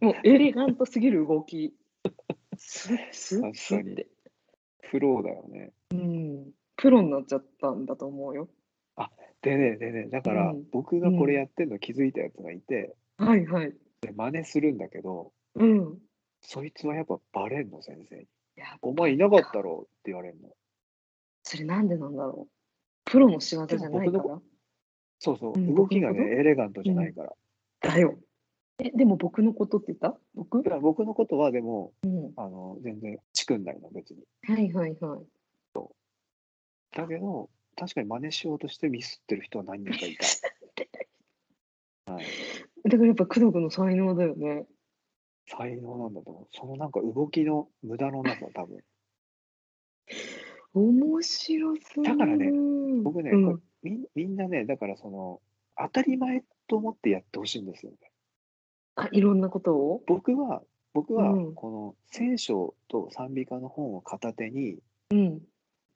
もうエレガントすぎる動きスッスッスッって。
フローだよね。
うんプロになっちゃったんだと思うよ。
でね、でね、だから
うん
僕がこれやってんの気づいたやつがいて、
はいはい。
で真似するんだけど、
うん。
そいつはやっぱバレんの、先生に。
やっぱ
お前いなかったろって言われるの。
それなんでなんだろう。プロの仕業じゃない
で
か
も僕
ら。
そうそうう、
ん
動きが
僕のこ
ね、エレガントじゃないから。
だよ。え、でも僕のことって言った僕
だから僕のことはでも、
うん。
あの、全然チクんないの、別に。
はいはいはい。
だけど、確かに真似しようとしてミスってる人は何人かいた。はい、
だからやっぱ工藤君の才能だよね。
才能なんだと思う。そのなんか動きの無駄のなさ、多分。
面白すぎる。
だからね、僕ね、
うん
これみんみんなね、だからその、当たり前と思ってやってほしいんですよね。
あ、いろんなことを
僕は、僕は
うん、
この聖書と賛美歌の本を片手に、
うん。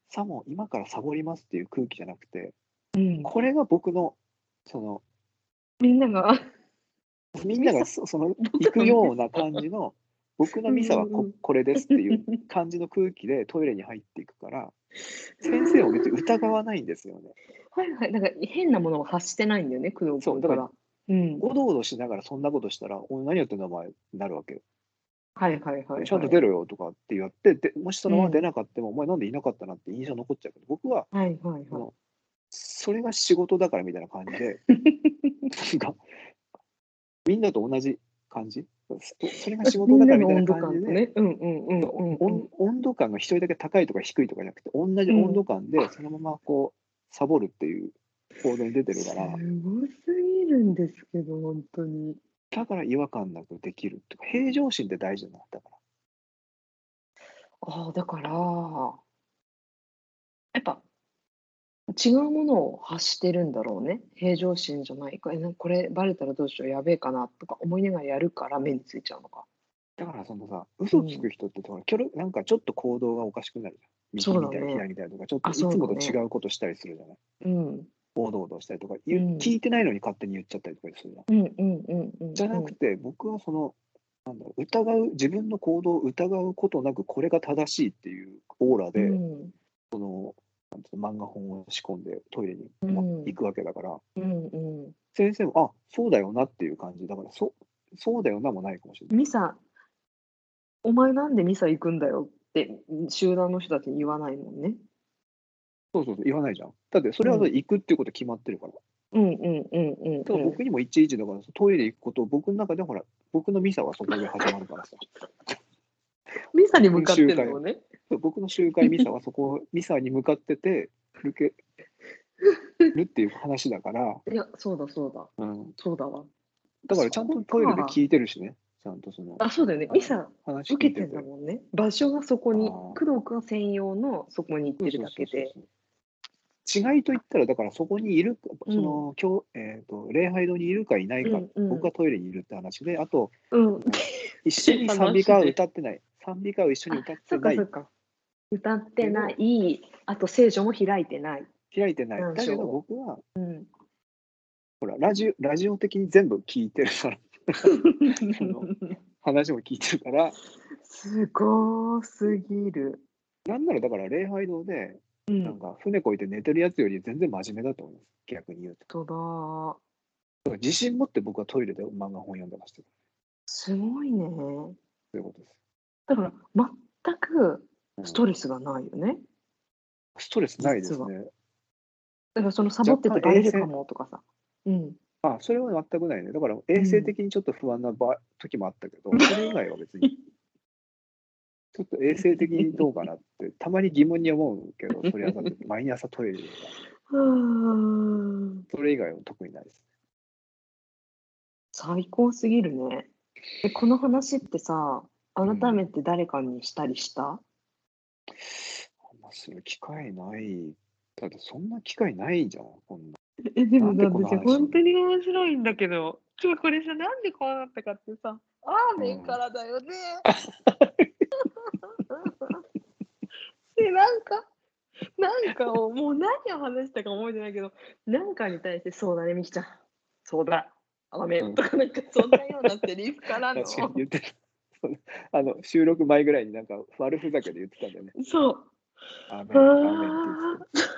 さも今からサボりますっていう空気じゃなくて、
うん。
これが僕の、その、
みんなが。
みんながそその、行くような感じの、僕のミサは
うんう
こ
ん
これですっていう感じの空気でトイレに入っていくから、先生を別に疑わないんですよね。
はいはい。なんか変なものを発してないんだよね、工藤
そう
君
だ
か
から
ら。うん。
おどおどしながらそんなことしたら、お前何やってんだお前になるわけよ
はいはいはいはい。
ちゃんと出ろよとかって言って、でもしそのまま出なかったも、お前なんでいなかったなって印象残っちゃうけど、僕は
はいはい
そ
はい。
のそれが仕事だからみたいな感じで、なんかみんなと同じ感じ、そそれが仕事だからみたいな感じで、。
うんうんうんうんう
温
ん。
温度感が一人だけ高いとか低いとかじゃなくて、同じ
うん
温度感でそのままこう、サボるっていう行動に出てる
す
か
ご
ら、
すぎるんですけど、本当に。
だから違和感なくできるっていうか、平常心って大事なんだから。
ああ、だから、やっぱ、違うものを発してるんだろうね平常心じゃないこれこれバレたらどうしようやべえかなとか思いながらやるから目についちゃうのか
だからそのさ、嘘つく人ってほら、きょろなんかちょっと行動がおかしくなるじゃん。
そう
右
だ
見た
ね
り左見たりとか、ちょっと
あ
いつ
そうだね
もと違うことしたりするじゃない。
うん
おどおどしたりとか、言う
うん
聞いてないのに勝手に言っちゃったりとかするじゃん。
うんうんうんうん
じゃなくて、僕はその、なんだろう、疑う、自分の行動を疑うことなく、これが正しいっていうオーラで、
うん
なんていうの漫画本を仕込んでトイレに
うん
ま行くわけだから、
うんうん
先生も、あそうだよなっていう感じ、だから、そそうだよなもないかもしれない。
ミサお前なんでミサ行くんだよって集団の人たちに言わないもんね
そうそうそう、言わないじゃん。だって、それは
うん
行くっていうこと決まってるから。
うんうんうんうんうん
ただ僕にもいちいちだからトイレ行くこと僕の中でほら僕のミサはそこで始まるからさ
ミサに向かってるのね
僕の集 会ミサはそこミサに向かってて抜けるっていう話だから、
いやそうだそうだ
うん、
そうだわ
だからちゃんとトイレで聞いてるしねちゃんとその
あそうだよねミサ
話
受
聞
け
い
て
て
ん
る
だもんね場所がそこに
あー
工藤君専用のそこに行ってるだけで
違いと言ったらだからそこにいるか
う
そ
ん
の、今日えー、と礼拝堂にいるかいないか、
うんうん
僕がトイレにいるって話であ と
うん
一緒に賛美歌を歌ってない賛美歌を一緒に歌っ
そ
て
っか
ない
そっか歌ってないあと聖書も開いてない
開いてない
うん
だけど
そう
僕は
うん
ほら、ラジオ、ラジオ的に全部聞いてるから、 話も聞いてるから、
すごーすぎる。
なんならだから礼拝堂で、
う
なん
ん、
か船こいて寝てるやつより全然真面目だと思います。逆に言う
と
と。
だー
だから自信持って僕はトイレで漫画本読んでましたよ。
すごいね。
そういうことです。
だから全く
うん
ストレスがないよね。
ストレスないです
実は
ね。
だからそのサボっててバレるかもとかさ。うん。
あ、それは全くないね。だから衛生的にちょっと不安な場時もあったけど、それ以外は別に。ちょっと衛生的にどうかなって、たまに疑問に思うけど、それはだって毎朝トイレとか、
うーん
それ以外は特にないです。
最高すぎるね。えこの話ってさ、改めて誰かにしたりした、
あんまする機会ない。だってそんな機会ないじゃん、こんな。
え、で
もなんでこの話私本当
に面白いんだけど、ちょ、これさ、なんでこうなったかってさ、ア
ーメンから
だよ ね。で、なんか、なんかを、もう何を話したか覚えてないけど、なんかに対して、そうだね、みきちゃん。そうだ、アーメ
うん
ンとか、なんか、そんなようなセリフからの。
確かに言ってた。 そうあの収録前ぐらいになんか悪ふざけで言ってたん だよね。
そう。
アーメン、
あー
アーメンって言ってた。
いや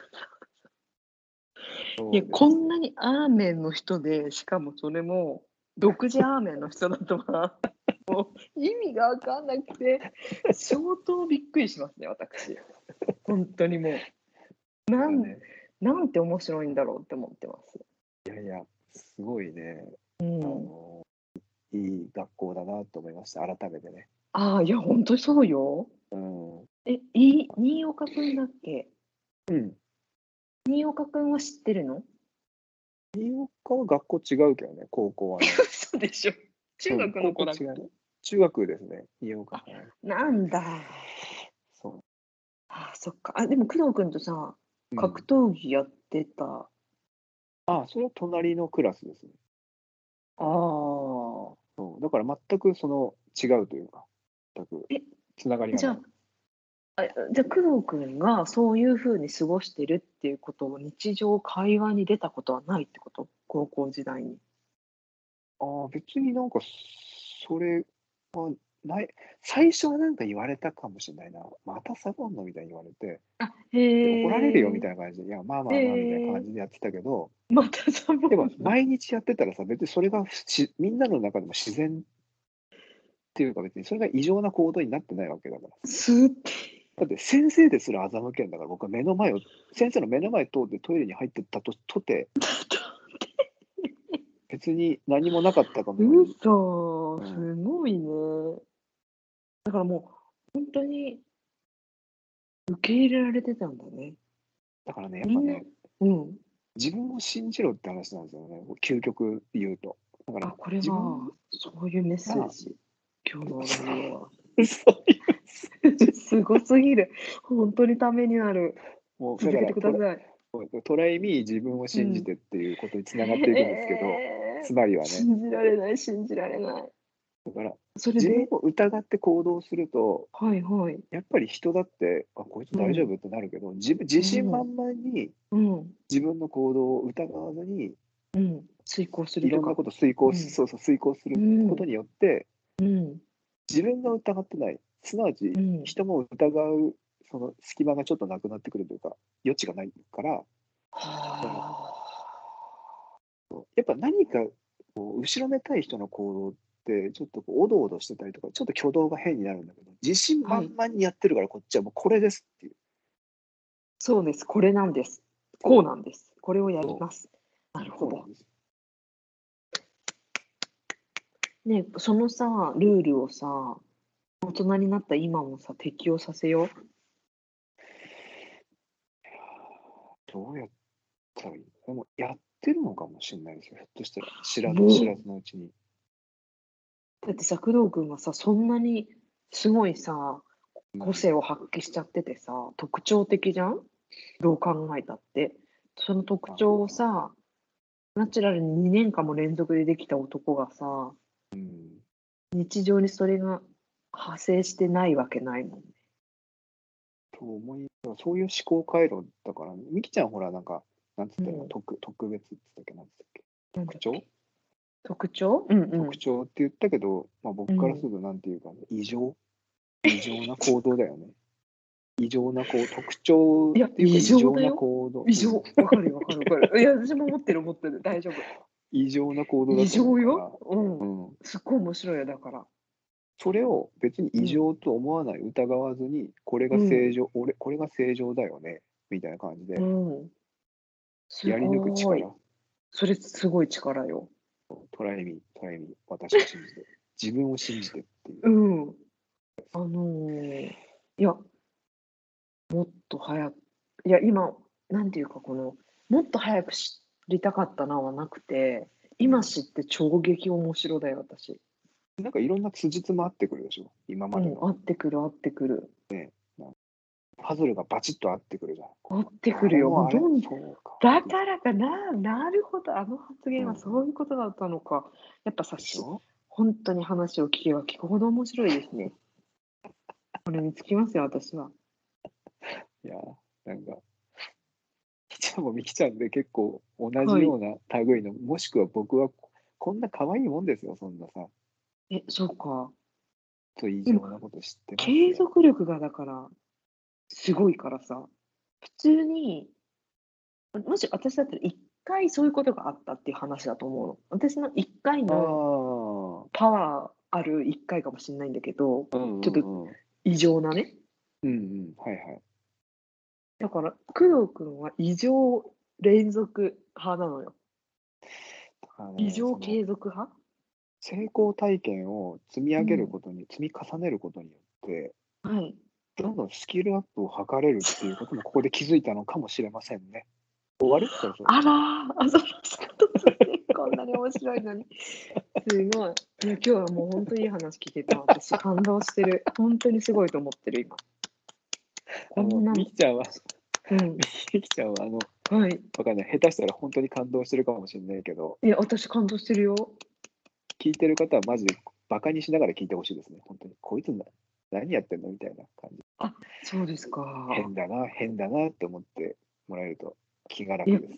そうです
こんなにアーメンの人でしかもそれも独自アーメンの人だとは もう意味が分かんなくて相当びっくりしますね私本当にもうな
だ
ん,、
ね
なんて面白いんだろうって思ってます、
いやいや、すごいね、
うん、
いい学校だなと思いました、改めてね。
ああいや本当にそうよ
うん。う
えい新岡くんだっけ
ん。
新岡くんは知ってるの
新岡は学校違うけどね、高校はね。
そうでしょ 中学
う
の
ん
子
高
だ
校
っけ
違う。中学ですね、新岡はね。
なんだ
そう。
あーそっかあでも工藤くんとさ
うん
格闘技やってた、
あ、それは隣のクラスですね。
ああ。
そうだから全くその違うというか、全く
え
つながりが
じゃ
ない
あ。、あじゃあ工藤君がそういうふうに過ごしてるっていうことを日常会話に出たことはないってこと高校時代に。
ああ、別になんか、それはない。最初はなんか言われたかもしれないな。またサボんのみたいに言われて、
へ
怒られるよみ
い
たいな感じで、いや、まあまあまあみたいな感じでやってたけど、
な。またサボ
でも毎日やってたらさ、別にそれがしみんなの中でも自然っていうか、別にそれが異常な行動になってないわけだから。
すーって。
だって先生ですら欺けんだから僕は目の前を先生の目の前通ってトイレに入ってったと とて別に何もなかったかのように
嘘
うん
すごいね。だからもう本当に受け入れられてたんだね。
だからねやっ
み
ぱ
んな
ね。
うん。
自分を信じろって話なんですよね究極言うとだか
あ
ら
これ
自分
はそういうメッセージ。今日のお題は。
そういう
すごすぎる。本当にためになる。
もうだ
続
か
け
ら
てくだ
これ
さい。
トライミー自分を信じてっていうことにつながっていくんですけど、
え
つまりは
ー
ね
信じられない、信じられない。
だから
それ
自
で
分、を疑って行動すると
はいはい。
やっぱり人だってあこいつ大丈夫ってなるけど、自分自信満々に
うん、
自分の行動を疑わずに
うん、遂行する
いろ
と
んな
か。
こと遂行す、
うん
そうそう遂行する
うん
ことによって、
うん、
自分が疑ってないすなわち
うん、
人も疑うその隙間がちょっとなくなってくるというか余地がないから
は
やっぱ何かこう後ろめたい人の行動ってちょっとこうおどおどしてたりとかちょっと挙動が変になるんだけど自信満々にやってるからこっちはもうこれですっていう、
そうです、これなんです。こうなんです。これをやります。なる
そ
ほ
うな
ど
ん。です
ねえそのさ、ルールをさ、大人になった今もさ、適用させよう。
どうやったらいいでもやってるのかもしれないですよひょっとしたら知ら
もう
ず知らずのうちに
だってさ、工藤君はさ、そんなにすごいさ、個性を発揮しちゃっててさ、特徴的じゃんどう考えたって。その特徴をさ、ナチュラルに2年間も連続でできた男がさ、
うん
日常にそれが派生してないわけないもん。
と思いそういう思考回路だからねみきちゃんほらなんかなんつったら、
うん
特特別っつったっけなんつったっけ
なんだ
特徴
特徴うんうん
特。徴って言ったけど、まあ、僕からするとなんていうか、異常異常な行動だよね。 異常なこう特徴
いや
っていうか
異常だよ
な行動。
異常。
う
わ
ん
かるわかるわかる。いや、私も持ってる持ってる。大丈夫。
異常な行動だ
異
と思う
常
から
よ。う。
うんん。
すっごい面白いよ、だから。
それを別に異常と思わない、疑わずに、これが正常、俺、これが正常だよね、みたいな感じで、
うん。す
やり抜く
ごい。
力、
それすごい力よ。
トライミー、トライミー、私を信じて、自分を信じてっていう。
うん。あのーいや、もっと早く、いや、今、なんていうか、この、もっと早く知りたかったなはなくて、今知って衝撃面白だよ、私。
なんかいろんな辻褄合ってくるでしょ、今
う
まで
ん、
の。
合ってくる、合ってくる。
パズルがバチッと合ってくるじゃん。
合ってくるよ。もうどんどん
そうか
だからかな、なるほど、あの発言
う
は
ん
そういうことだったのか。やっぱさ
で、しょ
本当に話を聞けば聞くほど面白いですね。これにつきますよ、私は。
いや、なんか、みきちゃんもみきちゃんで結構同じような類の、もしくは僕はここんな可愛いもんですよ、そんなさ。
え、そうか。
と異常なこと知ってます
継
よ。
続力がだから、すごいからさ。普通に、もし私だったら一回そういうことがあったっていう話だと思うの。私の一回の
あ
パワーある一回かもしれないんだけど、
あ、うんうんうん
ちょっと異常なね。
うんうん、はいはい。
だから、工藤君は異常連続派なのよ。
だからね
異常
その
継続派
成功体験を積み上げることに、積み重ねることによって、
はい。
どんどんスキルアップを図れるっていうこともここで気づいたのかもしれませんね。終わるそうそう
あらー、あざらしかった。こんなに面白いのに。すごい。いや今日はもう本当にいい話聞けた。私、感動してる。本当にすごいと思ってる、今。こ
あの
んな。
みきちゃんは、
う
みきちゃんは、あの、
ん。はい。
わかんない。下手したら本当に感動してるかもしれないけど、
いや、私、感動してるよ。
聞いてる方はマジでバカにしながら聞いてほしいですね。本当に。こいつな何やってんのみたいな感じ。
そうですか。
変だな、変だなって思ってもらえると気が楽で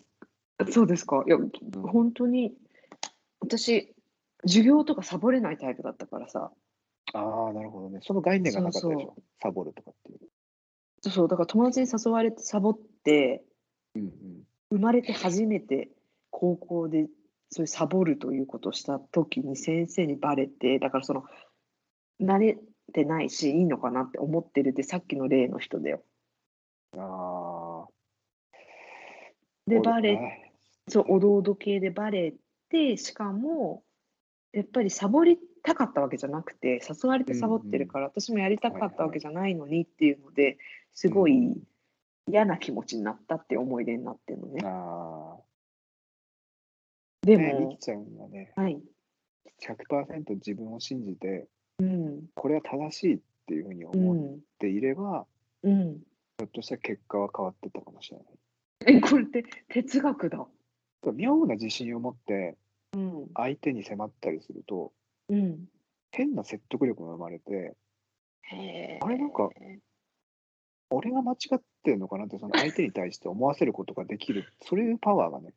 す。
そうですか。いや、
うん
本当に、私、授業とかサボれないタイプだったからさ。
ああ、なるほどね。その概念がなかったでしょ。
そう
サボるとかっていう。
そうそう、だから友達に誘われてサボって、
うんうん。
生まれて初めて高校でそういうサボるということをした時に先生にバレてだからその慣れてないしいいのかなって思ってるってさっきの例の人だよ。
ああ。
で
そうだ
バレ
ね
そうおどおど系でバレてしかもやっぱりサボりたかったわけじゃなくて誘われてサボってるから、私もやりたかったわけじゃないのにっていうのですごい嫌な気持ちになったって思い出になってるのね。
ああ。
で
ね、み
も
き、ちゃんはね、
はい、
100%自分を信じて、
うん、
これは正しいっていうふうに
う
思っ
ん、
ていれば、
うん。
ひょっとしたら結果は変わってたかもしれない。
え、これって哲学だ。
妙な自信を持って
うん。
相手に迫ったりすると
うん。
変な説得力が生まれて
へ
あれなんか俺が間違ってるのかなってその相手に対して思わせることができるそういうパワーがね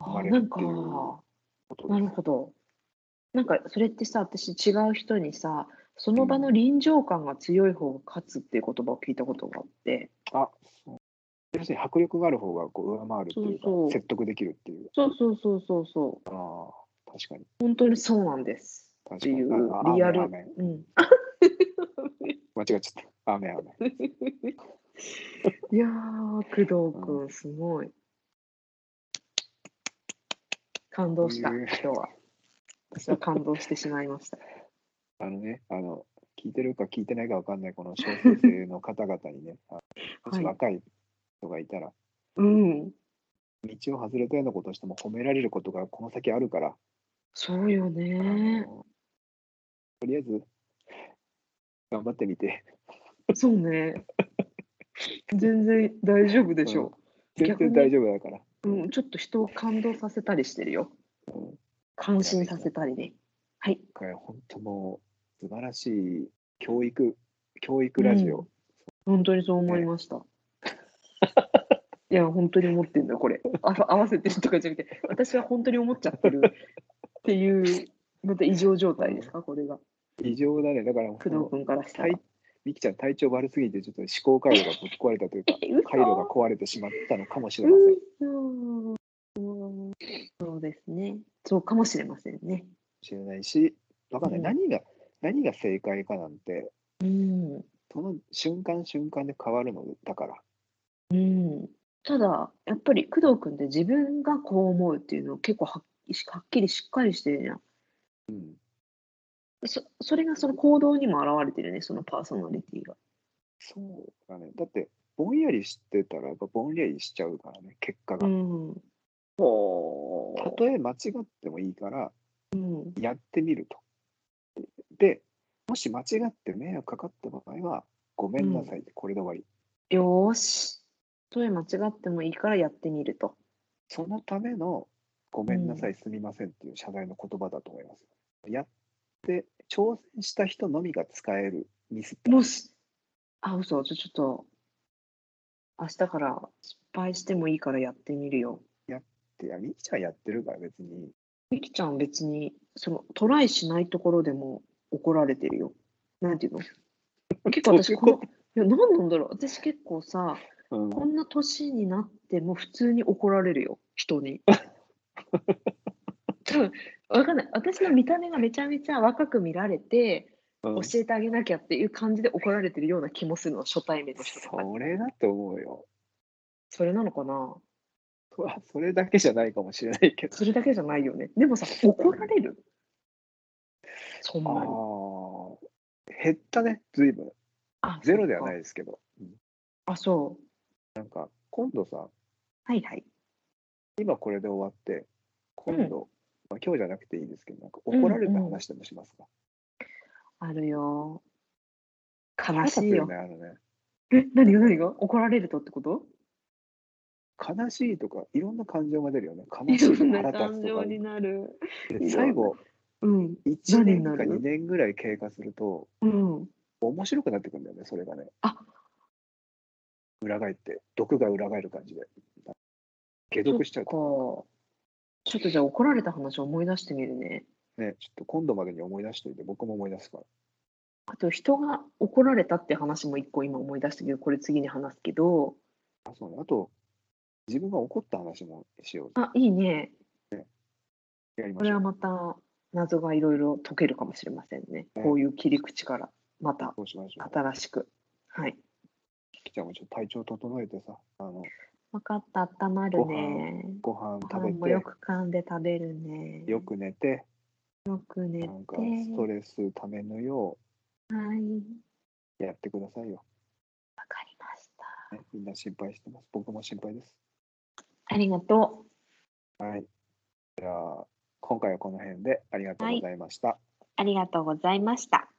生ま
あ
れ
な
る
ん
っていうこ
か、
と
なるほど。なんか、それってさ、私、違う人にさ、その場の臨場感が強い方が勝つっていう言葉を聞いたことがあって、
あそう要するに迫力がある方がこう上回るっていうか
そうそう
説得できるっていう
そうそうそうそうそう、
ああ確かに
本当にそうなんですっ
確
て
かに
いう
ああ
リアル
アーメンア ーメ。
うん、
間違っちゃったアーメンアーメン
いやー、工藤君、すごい。感動した、
えー
今日は。私は感動してしまいました。
あのね、あの、聞いてるか聞いてないかわかんない、この小学生の方々にね、あのも
は
し
い
若い人がいたら、
うん、
道を外れたようなことをしても褒められることがこの先あるから、
そうよ
あ
ね。
のとりあえず、頑張ってみて、
そうね。全然大丈夫でしょ
全
逆に
然大丈夫だから。
う。うん、ちょっと人を感動させたりしてるよ。感心させたりね。はい。
これ、本当もう、素晴らしい教育、教育ラジオ。
本当にそう思いま した。いや、本当に思ってんだ、これ。あ合わせてとかじゃなくて、私は本当に思っちゃってるっていう、また異常状態ですか、これが。
異常だね、だからも
工藤
う、
君からした
体
ら。
みきちゃん、体調悪すぎて、ちょっと思考回路がぶっ壊れたというか、
え、嘘
回路が壊れてしまったのかもしれません。
嘘そうですね。そうかもしれませんね。
しれないし、わかんない、
うん
何が何が正解かなんて、
うん。
その瞬間瞬間で変わるのだから、
うん、ただやっぱり工藤君って自分がこう思うっていうのを結構はっはっきりしっかりしてるじゃん
うん、
そそれがその行動にも表れてるねそのパーソナリティが
そうだね。だって、ぼんやりしてたら、やっぱぼんやりしちゃうからね、結果が。
んほ
たとえ間違ってもいいから、
う、うん、
やってみると。で、もし間違って迷惑かかった場合は、ごめんなさいって、これで終わり。
よーしたとえ間違ってもいいからやってみると
そのための、ごめんなさい、すみませんっていう謝罪の言葉だと思います。やって、挑戦した人のみが使えるミスってある
もしあ嘘じゃあちょっと明日から失敗してもいいからやってみるよ
って、いや、みきちゃんやってるから別に、
みきちゃん別にそのトライしないところでも怒られてるよ。なんていうの結構私
そういう
こ
こ
の
と
いや何なんだろう私結構さ
うん
こんな年になっても普通に怒られるよ人に。 多分わかんない私の見た目がめちゃめちゃ若く見られて
うん
教えてあげなきゃっていう感じで怒られてるような気もするの初対面の人とかに
それだと思うよ。
それなのかな
そそれだけじゃないかもしれないけど。
それだけじゃないよねでもさ怒られるそん
あ
なに
あ、減ったね、随分。
あ
ゼロではない
い
ですけど。うん
あそう
なんか、今度さ、
はいはい
今これで終わって、今度、まあ、今日じゃなくていいですけど、なんか
うん
怒られた話でもしますか。
あるよ。
悲
悲しいよ。
ね、あのね。
え、何が何が怒られるとってこと
悲しいとか、いろんな感情が出る よね。悲しい、腹立つとか。
なる。
で
いろんな
最後、
うん。何
1
に
年
な
か
る
2年ぐらい経過すると、
うん。
面白くなってくるんだよね、それがね。
あ
裏返って、毒が裏返る感じで。解
そっ
毒
か。
しち
ち
ゃうと
ょっとじゃあ怒られた話を思い出してみるね。
ね、ちょっと今度までに思い出しておいて、僕も思い出すから。
あと人が怒られたって話も一個今思い出したけど、これ次に話すけど、
あそうね、あと、自分が怒った話もしよ
あ、いいね。
う。やりま
こ
し
れ
ょ
は
う。
また謎がいろいろ解けるかもしれませんね。
うん
こういう切り口からまた
そうしましょう。
新しく。はい。
キキちゃんもちょっと体調整えてさ、あの
分かった、温まるね。
ご飯
ご
食べ
飯も
て、よ
よ
く
く噛んで食べるね。
寝て、
よく寝て。
なんかストレスためぬよ
はい。
うやってくださいよ。
わかりました。
ねみんな心配してます。僕も心配です。
ありがとう。
はい。じゃあ、今回はこの辺でありがとうございました。
ありがとうございました。